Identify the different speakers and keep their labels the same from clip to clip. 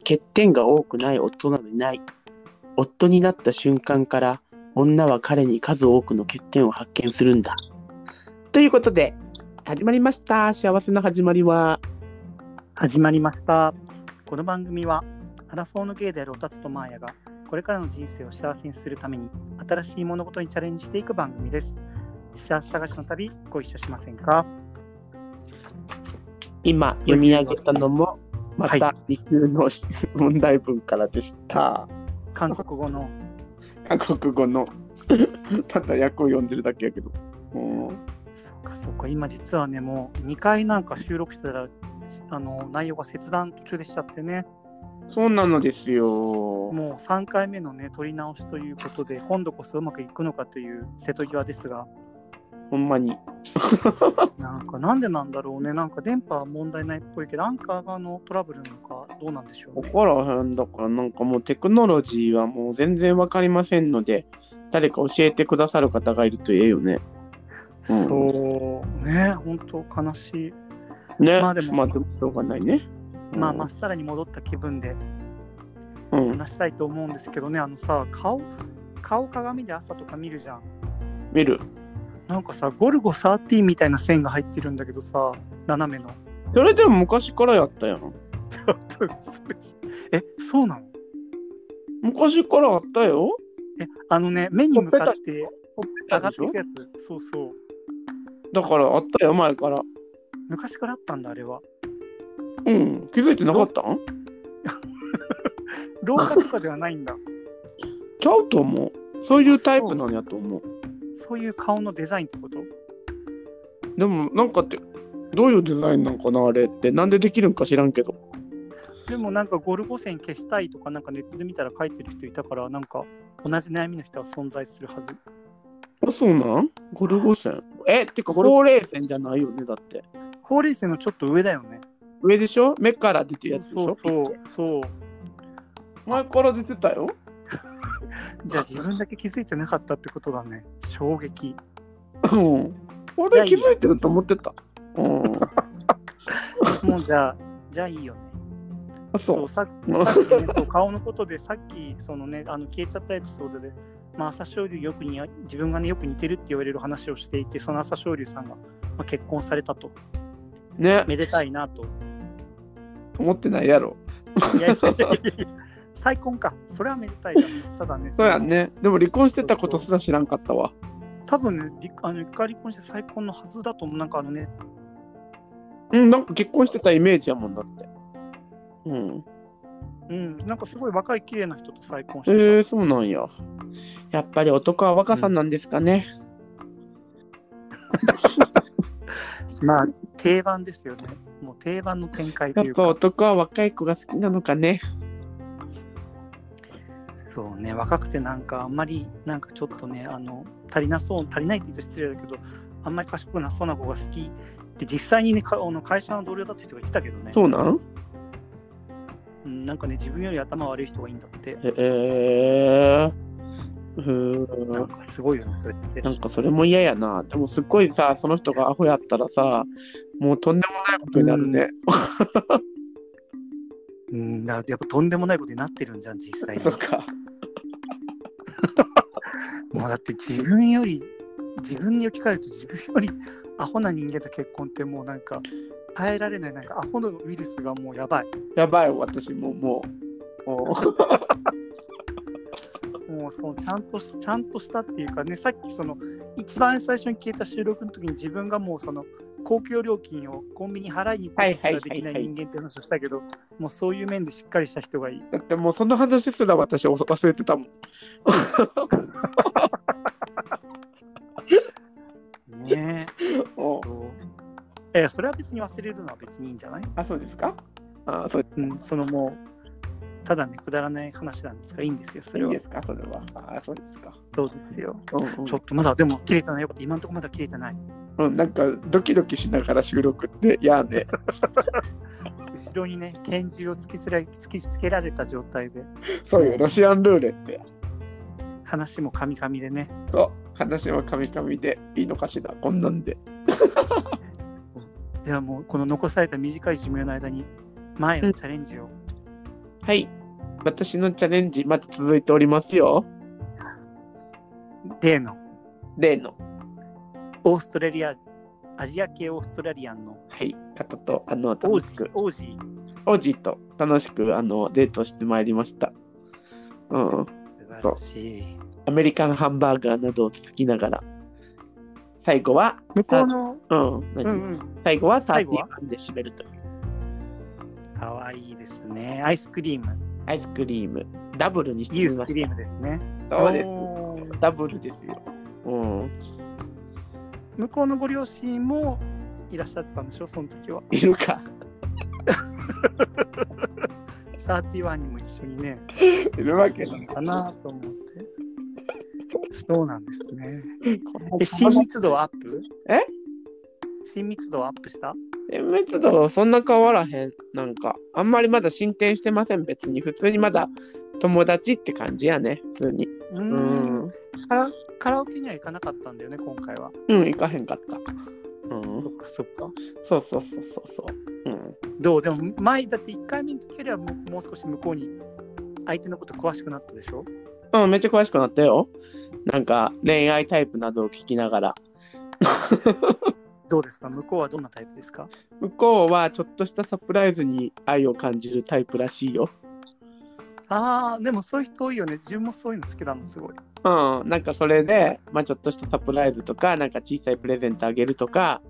Speaker 1: 欠点が多くない夫などいない。夫になった瞬間から女は彼に数多くの欠点を発見するんだ。ということで、始まりました。幸せの始まりは。
Speaker 2: 始まりましたこの番組はアラフォーのゲイであるオタツとマーヤがこれからの人生を幸せにするために新しい物事にチャレンジしていく番組です幸せ探しの旅ご一緒しませんか
Speaker 1: 今読み上げたのも、ま
Speaker 2: は
Speaker 1: た理級の問題文からでした。
Speaker 2: 韓国語の
Speaker 1: 韓国語の、ただ訳を読んでるだけやけど。うん
Speaker 2: そうかそうか今実はねもう2回なんか収録してたらあの内容が切断途中でしちゃってね
Speaker 1: そうなのですよ。
Speaker 2: もう3回目のね取り直しということで今度こそうまくいくのかという瀬戸際ですが
Speaker 1: ほんまに。
Speaker 2: なんかなんでなんだろうねなんか電波は問題ないっぽいけどアンカー側のトラブルなのかどうなんでしょう
Speaker 1: わ
Speaker 2: ね
Speaker 1: からへんだからなんかもうテクノロジーはもう全然わかりませんので誰か教えてくださる方がいるとええよね。うん
Speaker 2: そうね、本当悲しい。
Speaker 1: ねま
Speaker 2: ま
Speaker 1: あ
Speaker 2: あ
Speaker 1: で
Speaker 2: で
Speaker 1: も
Speaker 2: も
Speaker 1: しょうがないね。
Speaker 2: まあ、まっさらに戻った気分で
Speaker 1: あ、うん、
Speaker 2: 話したいと思うんですけどね、あのさ、顔、顔鏡で朝とか見るじゃん。
Speaker 1: 見る。
Speaker 2: なんかさ、ゴルゴ13みたいな線が入ってるんだけどさ、斜めの。
Speaker 1: それでも昔からやったやん。
Speaker 2: え、そうなの
Speaker 1: 昔からあったよ。
Speaker 2: え、あのね、目に向かって
Speaker 1: ほっぺ
Speaker 2: 上
Speaker 1: た
Speaker 2: が
Speaker 1: で
Speaker 2: っ
Speaker 1: してょ
Speaker 2: いくやつ。そうそう。
Speaker 1: だからあったよ前から。
Speaker 2: 昔からあったんだ、あれは。
Speaker 1: うん気づいてなかったん
Speaker 2: 老化とかではないんだ。
Speaker 1: ちゃうと思う。そういうタイプなんやと思う。
Speaker 2: そういう顔のデザインってこと
Speaker 1: でもなんかってどういうデザインなんかなあれってなんでできるんか知らんけど。
Speaker 2: でもなんかゴルゴ線消したいとかなんかネットで見たら書いてる人いたからなんか同じ悩みの人は存在するはず。
Speaker 1: あそうなんゴルゴ線。えってかほうれい線じゃないよねだって。
Speaker 2: ほうれい線のちょっと上だよね。
Speaker 1: 上でしょ目から出てるやつでし
Speaker 2: そ
Speaker 1: ょ
Speaker 2: うそうそう。
Speaker 1: 前から出てたよ
Speaker 2: じゃあ自分だけ気づいてなかったってことだね。衝撃。
Speaker 1: うん
Speaker 2: じゃ
Speaker 1: 俺
Speaker 2: あいい
Speaker 1: 気づいてると思ってた うん
Speaker 2: もうじゃあ、じゃあいいよね。
Speaker 1: あそう
Speaker 2: さっき
Speaker 1: うん
Speaker 2: さっきね、そう顔のことでさっきそのねあの消えちゃったエピソードで、まあ、朝青龍よくに自分がねよく似てるって言われる話をしていてその朝青龍さんが、まあ、結婚されたと
Speaker 1: ね
Speaker 2: めでたいなと
Speaker 1: 思ってないやろ
Speaker 2: いやいやいやいや再婚か。それはめでたいだろうただね、
Speaker 1: そうやねでも離婚してたことすら知らんかったわ
Speaker 2: 多分ね、りあの一回離婚して再婚のはずだと思う。なんかあのね、
Speaker 1: うんなんか結婚してたイメージやもんだってうん
Speaker 2: うん、なんかすごい若い綺麗な人と再婚し
Speaker 1: え
Speaker 2: てた。
Speaker 1: ー、そうなんややっぱり男は若さなんですかね、
Speaker 2: まあ、定番ですよね。もう定番の展開とい
Speaker 1: や
Speaker 2: う
Speaker 1: っぱ
Speaker 2: か。
Speaker 1: 男は若い子が好きなのかね
Speaker 2: そうね、若くてなんかあんまり、なんかちょっとね、あの、足りなそう、足りないって言うと失礼だけど、あんまり賢くなそうな子が好き。で、実際にね、かあの会社の同僚だって人が来たけどね、
Speaker 1: そうなん
Speaker 2: うん、なんかね、自分より頭悪い人がいいんだって。
Speaker 1: ええうーん
Speaker 2: なんかすごいよね、それって
Speaker 1: な。んかそれも嫌やな。でもすっごいさ、その人がアホやったらさ、もうとんでもないことになるね。
Speaker 2: うん、だやっぱとんでもないことになってるんじゃん、実際に
Speaker 1: そ。っか。
Speaker 2: もうだって自分より、自分に置き換えると自分よりアホな人間と結婚ってもうなんか耐えられない、なんかアホのウイルスがもうやばい。
Speaker 1: やばい、私もうもう。もう
Speaker 2: もうそのちゃんとし、ちゃんとしたっていうかね、さっきその一番最初に消えた収録の時に自分がもうその公共料金をコンビニ払いに行くことすらできない人間って話をしたけど、もうそういう面でしっかりした人がいい。
Speaker 1: だ ってもうその話すら私お忘れてたもん。
Speaker 2: ねえ。
Speaker 1: お
Speaker 2: そうえ、それは別に忘れるのは別にいいんじゃない
Speaker 1: あ、そうですかあ、そう
Speaker 2: うん、そのもう、ただね、くだらない話なんですが、いいんですよ、そ
Speaker 1: い
Speaker 2: れ
Speaker 1: い
Speaker 2: は。
Speaker 1: ですか、それは。あ、そうですか。
Speaker 2: そうですよ。
Speaker 1: うんうん
Speaker 2: ちょっとまだ、でも、切れてないよ。今んとこまだ切れてない。
Speaker 1: うん、なんかドキドキしながら収録って、いやー ね。
Speaker 2: 後ろにね、拳銃を突きつら突きつけられた状態で、
Speaker 1: そうよ、ロシアンルーレットや。
Speaker 2: 話もカミカミでね、
Speaker 1: そう、話はカミカミでいいのかしら、こんなんで。
Speaker 2: じゃあもう、この残された短い寿命の間に、前のチャレンジを
Speaker 1: はい。私のチャレンジ、まだ続いておりますよ。
Speaker 2: 例の
Speaker 1: 例の、
Speaker 2: オーストラリア、アジア系オーストラリアンの
Speaker 1: はい、方と、あの、
Speaker 2: 王
Speaker 1: 楽し
Speaker 2: 子
Speaker 1: く、、
Speaker 2: 王子
Speaker 1: 王子と楽しく、あの、デートしてまいりました。うん。
Speaker 2: 素晴らしい。
Speaker 1: アメリカンハンバーガーなどをつつきながら、最後は、
Speaker 2: 向こうの、
Speaker 1: うん、何
Speaker 2: うんうん、
Speaker 1: 最後は
Speaker 2: 最後は
Speaker 1: 31で締めるという。
Speaker 2: かわいいですね。アイスクリーム、
Speaker 1: アイスクリーム、ダブルにして
Speaker 2: ユ
Speaker 1: み
Speaker 2: ー
Speaker 1: ま
Speaker 2: スクリ
Speaker 1: し
Speaker 2: ームですね。
Speaker 1: た。そうです。
Speaker 2: おー
Speaker 1: ダブルですよ。うん。
Speaker 2: 向こうのご両親もいらっしゃってたんでしょ、その時は。
Speaker 1: いるか。
Speaker 2: 31にも一緒にね、
Speaker 1: いるわけ
Speaker 2: なのかなと思って。そうなんですね。え、
Speaker 1: え、
Speaker 2: 親
Speaker 1: 親
Speaker 2: 密度はアップ
Speaker 1: え
Speaker 2: 親密度はアップした
Speaker 1: 密度そんな変わらへん。なんか、あんまりまだ進展してません。別に、普通にまだ友達って感じやね。普通に。
Speaker 2: う
Speaker 1: うんん。
Speaker 2: カラ。カラオケには行かなかったんだよね、今回は。
Speaker 1: うん、行かへんかった。うん
Speaker 2: そ。っかそっか。
Speaker 1: そうそうそうそうそう。うん。
Speaker 2: どうでも前だって1回目の時よりはもうもう少し向こうに相手のこと詳しくなったでしょ
Speaker 1: うん、めっちゃ詳しくなったよ。なんか、恋愛タイプなどを聞きながら。
Speaker 2: どうですか向こうはどんなタイプですか
Speaker 1: 向こうは、ちょっとしたサプライズに愛を感じるタイプらしいよ。
Speaker 2: ああでもそういう人多いよね自分もそういうの好きなのすごい
Speaker 1: うん、なんかそれで、まあ、ちょっとしたサプライズとか、なんか小さいプレゼントあげるとか、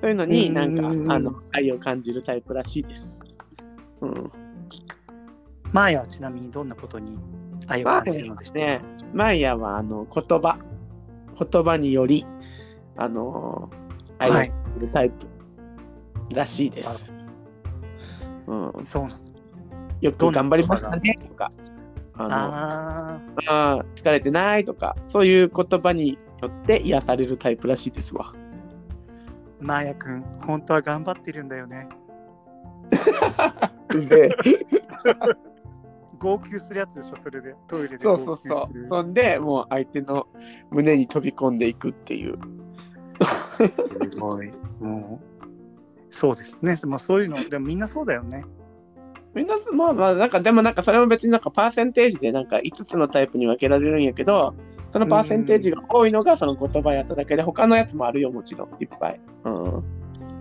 Speaker 1: そういうのになんか、
Speaker 2: うん
Speaker 1: あの愛を感じるタイプらしいです。うん、
Speaker 2: マーヤはちなみにどんなことに愛を
Speaker 1: まあ
Speaker 2: 感じるのでしょうか
Speaker 1: ね、マイヤはあの言葉、言葉により、あのー愛を
Speaker 2: は
Speaker 1: 感
Speaker 2: い
Speaker 1: じるタイプらしいです。うん、
Speaker 2: そうなの
Speaker 1: よく頑張りましたねとか、あの
Speaker 2: あー
Speaker 1: あー疲れてないとか、そういう言葉によって癒されるタイプらしいですわ。
Speaker 2: マーヤくん本当は頑張ってるんだよね
Speaker 1: うぜえ
Speaker 2: 号泣するやつでしょそれでトイレで
Speaker 1: そ
Speaker 2: 号
Speaker 1: うそう
Speaker 2: 泣する
Speaker 1: そう。そんで、もう相手の胸に飛び込んでいくっていう。
Speaker 2: すごいもうそうですね、まあ、そういうのでもみんなそうだよね
Speaker 1: みんな、まあまあ、なんか、でもなんか、それも別になんかパーセンテージで、なんか5つのタイプに分けられるんやけど、そのパーセンテージが多いのがその言葉やっただけで、他のやつもあるよ、もちろん、いっぱい。うん。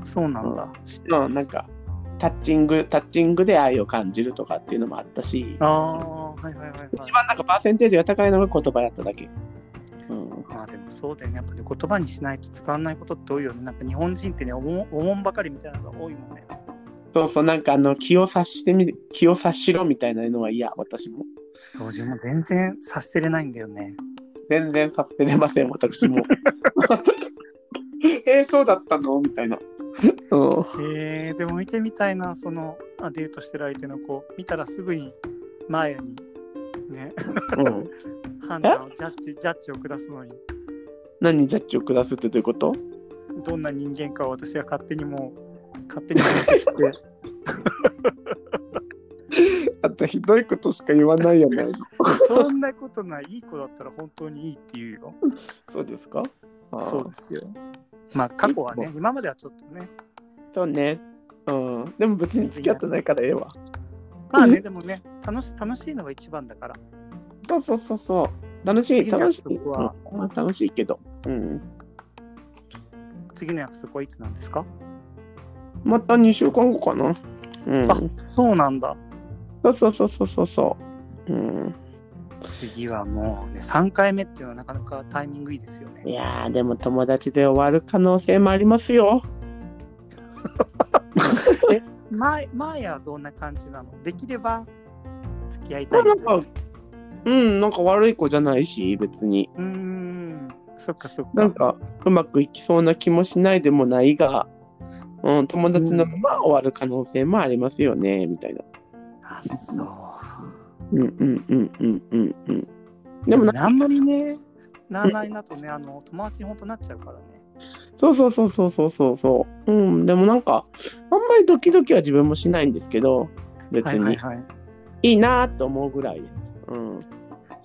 Speaker 2: そうなんだ、
Speaker 1: うん、なんか、タッチング、タッチングで愛を感じるとかっていうのもあったし、
Speaker 2: ああはいはいはいはい
Speaker 1: 一番なんかパーセンテージが高いのが言葉やっただけ。うん。
Speaker 2: まあでもそうだよね。やっぱね言葉にしないと使わないことって多いよね。なんか日本人ってね、おもおもんばかりみたいなのが多いもんね。
Speaker 1: そうそう、なんかあの、気を察してみ、気を察しろみたいなのは嫌、私も。
Speaker 2: そう、自分も全然させれないんだよね。
Speaker 1: 全然させれません、私も。 えー、そうだったのみたいな。うん、
Speaker 2: えー、でも見てみたいな、そのあデートしてる相手の子、見たらすぐに前にね、
Speaker 1: うん、
Speaker 2: 判断をジャッジ、ジャッジを下すのに、
Speaker 1: 何ジャッジを下すってどういうこと
Speaker 2: どんな人間かを私は勝手にもう、勝手に分 析して、
Speaker 1: あんたひどいことしか言わないやない
Speaker 2: そんなことない、いい子だったら本当にいいって言うよ。
Speaker 1: そうですかあー
Speaker 2: そうですよ。まあ過去はね、今まではちょっとね、
Speaker 1: そうね。うん、でも別に付き合ってないからええわ。
Speaker 2: ま あね、でもね、楽し楽しいのが一番だから。
Speaker 1: そうそうそうそう。楽しい、
Speaker 2: 次の
Speaker 1: 楽しい。
Speaker 2: 約束は
Speaker 1: うんまあ楽しいけど。うん。
Speaker 2: 次の約束はいつなんですか、
Speaker 1: また2週間後かな。うん。
Speaker 2: あそうなんだ。
Speaker 1: そうそうそうそうそう。うん。
Speaker 2: 次はもうね、3回目っていうのはなかなかタイミングいいですよ
Speaker 1: い
Speaker 2: ね。
Speaker 1: やーでも友達で終わる可能性もありますよ。
Speaker 2: マーマーヤはどんな感じなのできれば付き合いた
Speaker 1: ま
Speaker 2: い
Speaker 1: あ
Speaker 2: みた
Speaker 1: ないんか、うん、なんか悪い子じゃないし、別に。
Speaker 2: うーん、そっかそっ
Speaker 1: な
Speaker 2: か
Speaker 1: ん。か、うまくいきそうな気もしないでもないが、うん、友達のまま終わる可能性もありますよね、みたいな。
Speaker 2: あそう。
Speaker 1: うんうんうんうんうんうん。でもなんか、
Speaker 2: あんまりね、なあなあになるとね、あの友達に本当になっちゃうからね。
Speaker 1: そうそうそうそうそうそうそう。うん、でもなんか、あんまりドキドキは自分もしないんですけど、別
Speaker 2: はい
Speaker 1: に、
Speaker 2: はい
Speaker 1: い
Speaker 2: はい。
Speaker 1: い、なーと思うぐらいで。うん。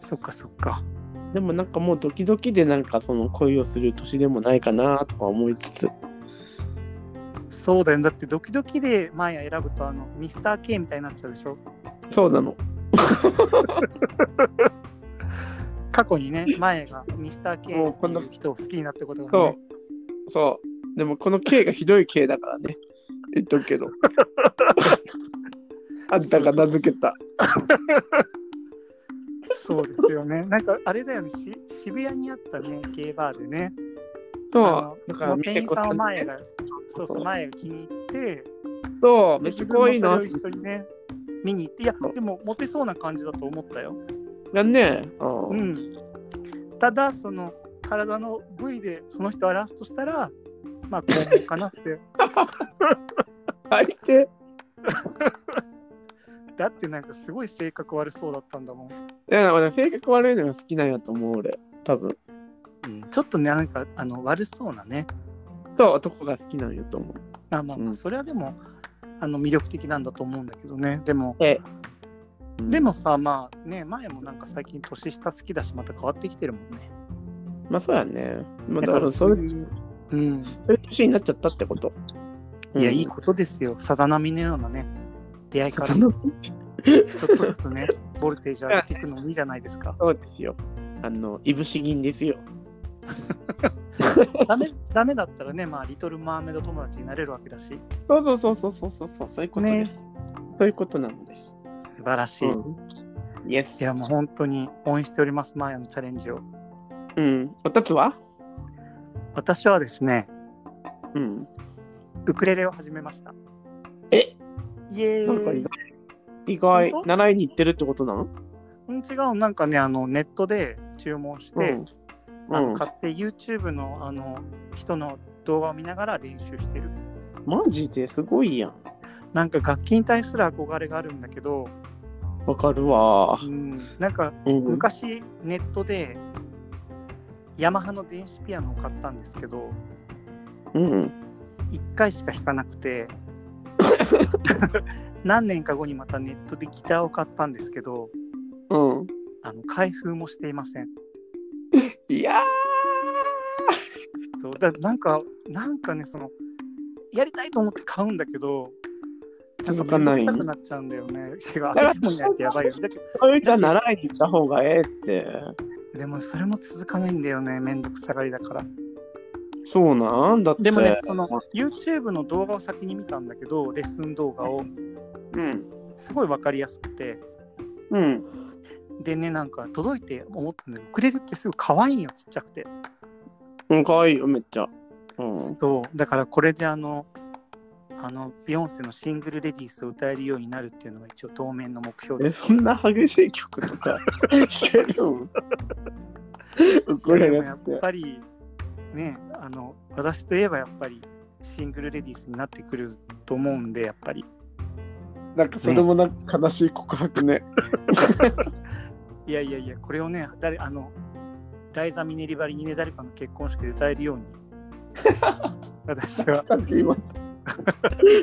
Speaker 2: そっかそっか。
Speaker 1: でもなんかもうドキドキでなんかその恋をする年でもないかなとか思いつつ。
Speaker 2: そうだよね。だってドキドキでマーヤ選ぶと、あのミスター K みたいになっちゃうでしょ。
Speaker 1: そうなの。
Speaker 2: 過 去にね、前がミスター K
Speaker 1: もうこんな
Speaker 2: っていう人を好きになったことが、
Speaker 1: そ
Speaker 2: ね、
Speaker 1: う。そう。でもこの K がひどい K だからね。言っとく けど。あんたが名付けた。
Speaker 2: そうですよね。なんかあれだよね、し渋谷にあったね、ゲーバーでね、
Speaker 1: そう。
Speaker 2: あのその店員さんを前
Speaker 1: ね
Speaker 2: が、そうそう、前が気に入って、
Speaker 1: そう、めっちゃ可愛いな。
Speaker 2: 自分もそれを一緒にね、見に行って、いや、でもモテそうな感じだと思ったよ。
Speaker 1: やんね。う。
Speaker 2: うんん。ただ、その体の部位でその人を表すとしたら、まあ、肛門かなって。
Speaker 1: 相手。
Speaker 2: だってなんかすごい性格悪そうだったんだもん。
Speaker 1: いや、俺性格悪いのが好きなんやと思う、俺。多分。
Speaker 2: ちょっとね、なんかあの悪そうなね。
Speaker 1: そう、男が好きなんやと思う。
Speaker 2: まあまあまあ、
Speaker 1: うん
Speaker 2: それはでも、あの魅力的なんだと思うんだけどね。でも、
Speaker 1: え
Speaker 2: でもさ、まあね、前もなんか最近年下好きだし、また変わってきてるもんね。
Speaker 1: まあそうやね。まあ、だ
Speaker 2: だか
Speaker 1: からら
Speaker 2: そ
Speaker 1: そうう
Speaker 2: い、
Speaker 1: いう
Speaker 2: うん。
Speaker 1: ういう年になっちゃったってこと。
Speaker 2: いや、
Speaker 1: うん
Speaker 2: いいことですよ。さだ波のようなね、出会いから
Speaker 1: そ
Speaker 2: ち
Speaker 1: の
Speaker 2: ょっとずつ ね、ボルテージ上げていくのもいいじゃないですか。
Speaker 1: そうですよ。あの、いぶし銀ですよ。
Speaker 2: ダメダメだったらね、まあ、リトル・マーメイド友達になれるわけだし、
Speaker 1: そうそうそうそうそうそうそう、そういうことです。そういうことなのです。
Speaker 2: 素晴らしい。い
Speaker 1: うん。イエス。
Speaker 2: や、もう本当に応援しております、マーヤのチャレンジを。
Speaker 1: うん。おたつは
Speaker 2: 私はですね、
Speaker 1: うん。
Speaker 2: ウクレレを始めました。
Speaker 1: え
Speaker 2: イエ
Speaker 1: なんか
Speaker 2: ー
Speaker 1: 意
Speaker 2: イ
Speaker 1: 外。意外
Speaker 2: 本当
Speaker 1: 習いに行ってるってことなの
Speaker 2: うん違う、なんかね、あのネットで注文して、
Speaker 1: うん。
Speaker 2: あ
Speaker 1: う
Speaker 2: の
Speaker 1: ん
Speaker 2: 買って YouTube のあの人の動画を見ながら練習してる。
Speaker 1: マジですごいやん。
Speaker 2: なんか楽器に対する憧れがあるんだけど、
Speaker 1: わかるわ
Speaker 2: う。ん、なんか
Speaker 1: うん。
Speaker 2: 昔ネットでヤマハの電子ピアノを買ったんですけど、
Speaker 1: うん。
Speaker 2: 1回しか弾かなく て、何年か後にまたネットでギターを買ったんですけど、
Speaker 1: うん。
Speaker 2: あの開封もしていません。
Speaker 1: いや
Speaker 2: そうだなんか、なんかね、その、やりたいと思って買うんだけど、
Speaker 1: ー、続かない
Speaker 2: ん。かめんどくさくなっちゃうんだよね。 手
Speaker 1: だ
Speaker 2: が
Speaker 1: から
Speaker 2: 開けてもいないってやばいよ。だけど
Speaker 1: そういう人は習いに行った方がええって。
Speaker 2: でもそれも続かないんだよね、めんどくさがりだから。
Speaker 1: そうなんだって。
Speaker 2: でもね、その YouTube の動画を先に見たんだけど、レッスン動画を、
Speaker 1: うん。
Speaker 2: すごいわかりやすくて、
Speaker 1: うん。
Speaker 2: でね、なんか届いて思ったんだけど、ウクレレってすごい可愛いんよ、ちっちゃくて。
Speaker 1: うん、かわいいよ、めっちゃ。うん。
Speaker 2: そう、だからこれであの、あのビヨンセのシングルレディースを歌えるようになるっていうのが一応当面の目標
Speaker 1: え、
Speaker 2: です。
Speaker 1: そんな激しい曲とか弾けるのウクレレ
Speaker 2: で
Speaker 1: っ。
Speaker 2: もやってぱりねあの私といえばやっぱりシングルレディースになってくると思うんでやっぱり
Speaker 1: なんかそれもなんか悲しい告白ね。
Speaker 2: いやいやいやこれをね誰あのライザミネリバリにね誰かの結婚式で歌え るように私は
Speaker 1: 懐かしいわ。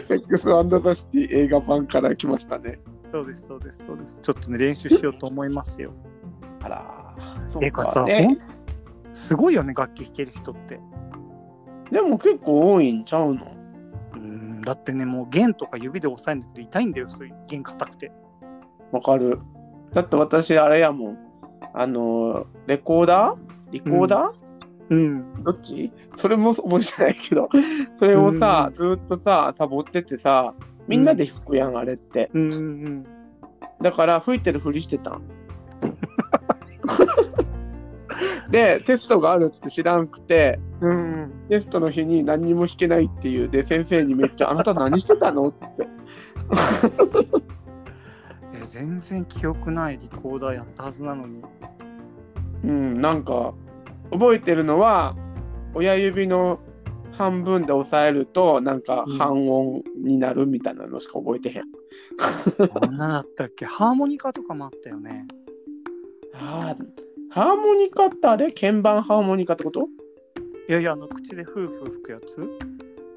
Speaker 1: セックスアンダーダシティ映画版から来ましたね。
Speaker 2: そうですそうですそうですちょっとね練習しようと思いますよ
Speaker 1: あらー。そ
Speaker 2: て
Speaker 1: う
Speaker 2: かさ
Speaker 1: か え
Speaker 2: ほんすごいよね楽器弾ける人って
Speaker 1: でも結構多いんちゃうの
Speaker 2: うんだってねもう弦とか指で押さえるんだけど痛いんだよすごい弦硬くて
Speaker 1: わかる。だって私、あれやもん。あのー、レコーダーリコーダー、
Speaker 2: うん
Speaker 1: どっちそれも面白いけど、それをさ、
Speaker 2: うん
Speaker 1: ずーっとさ、サボっててさ、みんなで吹くやん、あれって。
Speaker 2: うんうんうん
Speaker 1: だから、吹いてるふりしてたん。で、テストがあるって知らんくて、
Speaker 2: うんうん
Speaker 1: テストの日に何にも弾けないっていう、で、先生にめっちゃ、あなた何してたのって。
Speaker 2: え全然記憶ないリコーダーやったはずなのに
Speaker 1: うん、なんか、覚えてるのは、親指の半分で押さえると、なんか
Speaker 2: うん
Speaker 1: 半音になるみたいなのしか覚えてへん。
Speaker 2: こんなだったっけハーモニカとかもあったよね
Speaker 1: あーハーモニカってあれ鍵盤ハーモニカってこと
Speaker 2: いやいやあの口でフーフー吹くやつ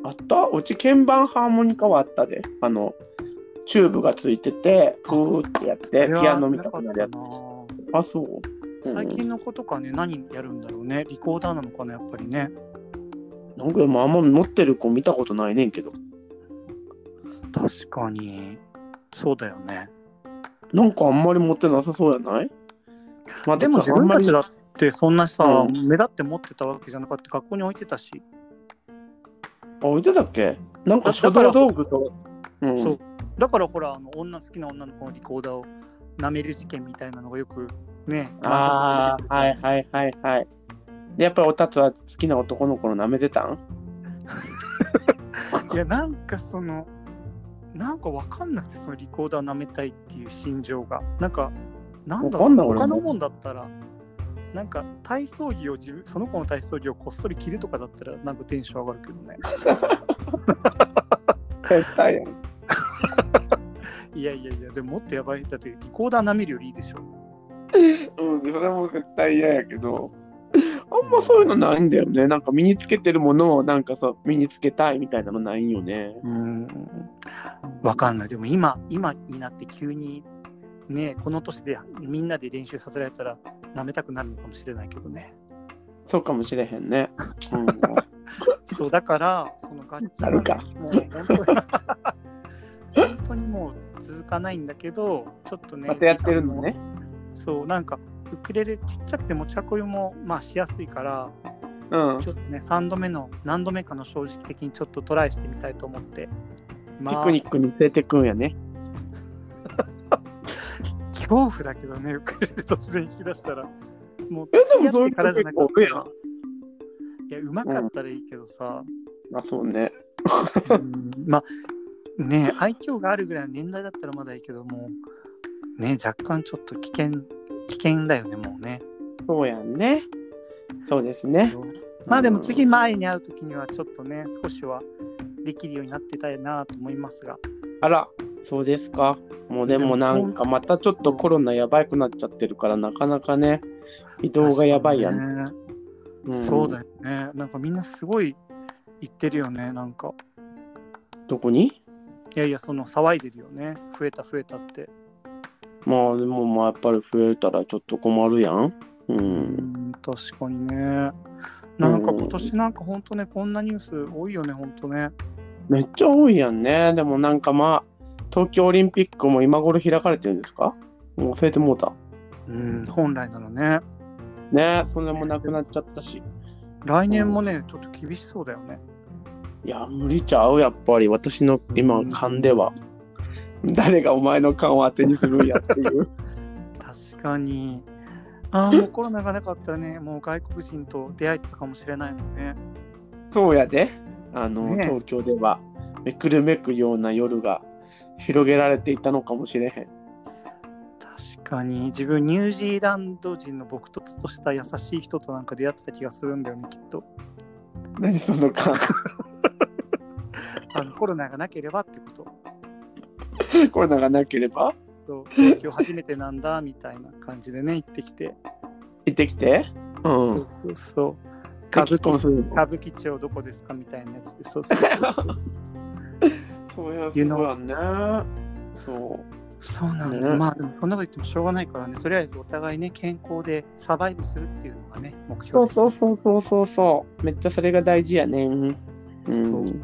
Speaker 1: あったうち鍵盤ハーモニカはあったで。あの、チューブがついてて、グーってやって、ピアノみたいなやつ。
Speaker 2: つ
Speaker 1: あ、そう。うん
Speaker 2: 最近の子とかね何やるんだろうねリコーダーなのかなやっぱりね
Speaker 1: なんかでもあんま持ってる子見たことないねんけど。
Speaker 2: 確かにそうだよね
Speaker 1: なんかあんまり持ってなさそうやないまあ
Speaker 2: でも
Speaker 1: て
Speaker 2: 自
Speaker 1: かあん
Speaker 2: 分
Speaker 1: ま
Speaker 2: た
Speaker 1: り
Speaker 2: ちだってそんなさ、
Speaker 1: う
Speaker 2: 目立って持ってたわけじゃなかった学校に置いてたし、
Speaker 1: あ置いてたっけなんか
Speaker 2: あ
Speaker 1: 書
Speaker 2: だか
Speaker 1: 道
Speaker 2: ら
Speaker 1: 道具と、うん、
Speaker 2: そうだからほらあの女好きな女の子のリコーダーを舐める事件みたいなのがよくね
Speaker 1: ああはいはいはいはいでやっぱりおたつは好きな男の子の舐めてた ん
Speaker 2: いやなんかそのなんかわかんなくてそのリコーダー舐めたいっていう心情がなんかなんだろ
Speaker 1: わかん
Speaker 2: う
Speaker 1: ない俺も
Speaker 2: 他のもんだったらなんか体操着を自分その子の体操着をこっそり着るとかだったらなんかテンション上がるけどね
Speaker 1: 絶対やん
Speaker 2: いやいやいやでももっとやばいだってリコーダー舐めるよりいいでしょ
Speaker 1: うん、それも絶対嫌やけど、あんまそういうのないんだよね。なんか身につけてるものをなんかさ、身につけたいみたいなのないんよね。
Speaker 2: うんわかんないでも今今になって急にねこの年でみんなで練習させられたら舐めたくなるのかもしれないけどね
Speaker 1: そうかもしれへん ね。うん、
Speaker 2: そうだからその楽器
Speaker 1: なるか
Speaker 2: もう本当に本当にもう続かないんだけどちょっとね
Speaker 1: またやってるのね。
Speaker 2: そうなんかウクレレちっちゃくて持ち運びもまあしやすいから
Speaker 1: うん。
Speaker 2: ちょっとね3度目の何度目かの正直的にちょっとトライしてみたいと思って
Speaker 1: ピ
Speaker 2: まあ
Speaker 1: クニックに連れてくんやね。
Speaker 2: 恐怖だけどね、ウクレレ突然引き出したら。もう
Speaker 1: え、でもそういう人
Speaker 2: 付き合ってからじ
Speaker 1: 結
Speaker 2: ゃな
Speaker 1: 構お
Speaker 2: かった
Speaker 1: る
Speaker 2: ら
Speaker 1: やん。
Speaker 2: いや、うまかったらいいけどさ、
Speaker 1: あ、そうね。
Speaker 2: うんまあ、ねえ愛嬌があるぐらいの年代だったらまだいいけど、もう、ねえ若干ちょっと危険、危険だよね、もうね。
Speaker 1: そうやんね。そうですね。
Speaker 2: まあでも次、前に会うときには、ちょっとね、少しはできるようになってたいなと思いますが、
Speaker 1: あら、そうですか。もうでもなんかまたちょっとコロナやばくなっちゃってるから、なかなかね、移動がやばいやん。
Speaker 2: ね。
Speaker 1: ん
Speaker 2: そうだよね。なんかみんなすごい言ってるよね、なんか。
Speaker 1: どこに
Speaker 2: いやいや、その騒いでるよね。増えた増えたって。
Speaker 1: まあでもまあやっぱり増えたらちょっと困るやん。う。
Speaker 2: うんん、確かにね。なんか今年なんか本当ね、こんなニュース多いよね、本当ね。
Speaker 1: めっちゃ多いやんね。でもなんかまあ、東京オリンピックも今頃開かれてるんですかもう忘れてもうた。
Speaker 2: うん、本来ならね。
Speaker 1: ねそんなもなくなっちゃったし。
Speaker 2: 来年もね、ちょっと厳しそうだよね。
Speaker 1: いや、無理ちゃう、やっぱり。私の今、勘では。誰がお前の勘を当てにするんやっていう。
Speaker 2: 確かに。ああ、もうコロナがなかったらね、 もう外国人と出会えてたかもしれないのね。
Speaker 1: そうやで。あの、
Speaker 2: ね
Speaker 1: 東京では、めくるめくような夜が広げられていたのかもしれへん。
Speaker 2: 確かに。自分、ニュージーランド人の撲突とした優しい人となんか出会ってた気がするんだよね、きっと。
Speaker 1: 何その勘。
Speaker 2: あのコロナがなければってこと。
Speaker 1: コロナがなければ
Speaker 2: そう東京初めてなんだ、みたいな感じでね、行っ てきて。
Speaker 1: 行ってきて。うん。
Speaker 2: そうそうそう。歌
Speaker 1: 歌舞伎
Speaker 2: 舞伎
Speaker 1: するの
Speaker 2: 歌舞伎町どこですかみたいなやつで、そうそ うそう。
Speaker 1: そうや
Speaker 2: そうや
Speaker 1: ね。そう。
Speaker 2: そうなんだ、
Speaker 1: ね
Speaker 2: まあでもそんなこと言ってもしょうがないからね、とりあえずお互いね、健康でサバイブするっていうのがね、目
Speaker 1: そ
Speaker 2: 標
Speaker 1: う
Speaker 2: です。
Speaker 1: そうそうそうそうそう。めっちゃそれが大事やね。うん。うん
Speaker 2: そう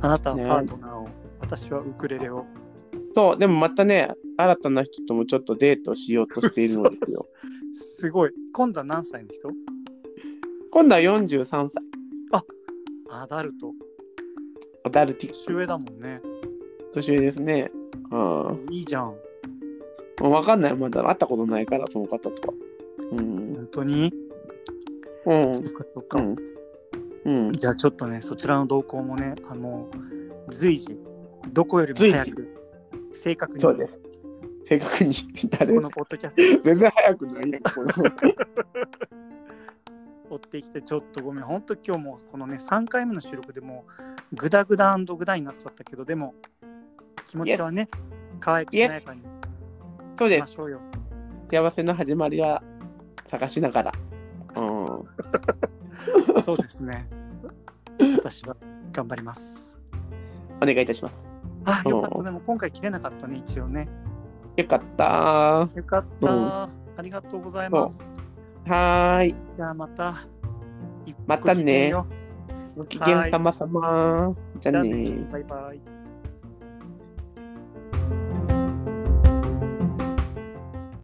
Speaker 2: あなたはパ
Speaker 1: ね
Speaker 2: ートナーを、私はウクレレを。
Speaker 1: そう、でもまたね、新たな人ともちょっとデートをしようとしているのですよ。
Speaker 2: すごい。今度は何歳の人
Speaker 1: 今度は43歳。
Speaker 2: アダルト。
Speaker 1: アダルティック。
Speaker 2: 年上だもんね。
Speaker 1: 年上ですね。うん。も
Speaker 2: いいじゃん。
Speaker 1: うわかんない。まだ会ったことないから、その方とは。うん。
Speaker 2: 本当に、
Speaker 1: うん
Speaker 2: そっ。かそっ
Speaker 1: う
Speaker 2: か。
Speaker 1: ん。うん。
Speaker 2: じゃあちょっとね、そちらの動向もね、あの、随時、どこよりも早
Speaker 1: 随時
Speaker 2: く、正確に、
Speaker 1: そう
Speaker 2: こ
Speaker 1: です。正確に、誰
Speaker 2: のポッドキャストに
Speaker 1: 全然早くないやん、こ の。
Speaker 2: 追ってきてちょっとごめん本当今日もうこのね3回目の収録でもうグダグダグダになっちゃったけどでも気持ちはね可愛くしなやかに
Speaker 1: そう
Speaker 2: いき
Speaker 1: で。
Speaker 2: ますしょうよ
Speaker 1: 幸せの始まりは探しながら。うん。
Speaker 2: そうですね私は頑張ります
Speaker 1: お願いいたします。
Speaker 2: あよかっ
Speaker 1: う
Speaker 2: た
Speaker 1: ん
Speaker 2: でも今回切れなかったね一応ね
Speaker 1: よかった
Speaker 2: よかった、
Speaker 1: うん
Speaker 2: ありがとうございます
Speaker 1: ー。はーい。
Speaker 2: じゃあまた
Speaker 1: またね
Speaker 2: ゆっくり聞いてみよう
Speaker 1: ご機嫌さまさま。じゃあね
Speaker 2: じゃあ
Speaker 1: ー
Speaker 2: ね。バイバイ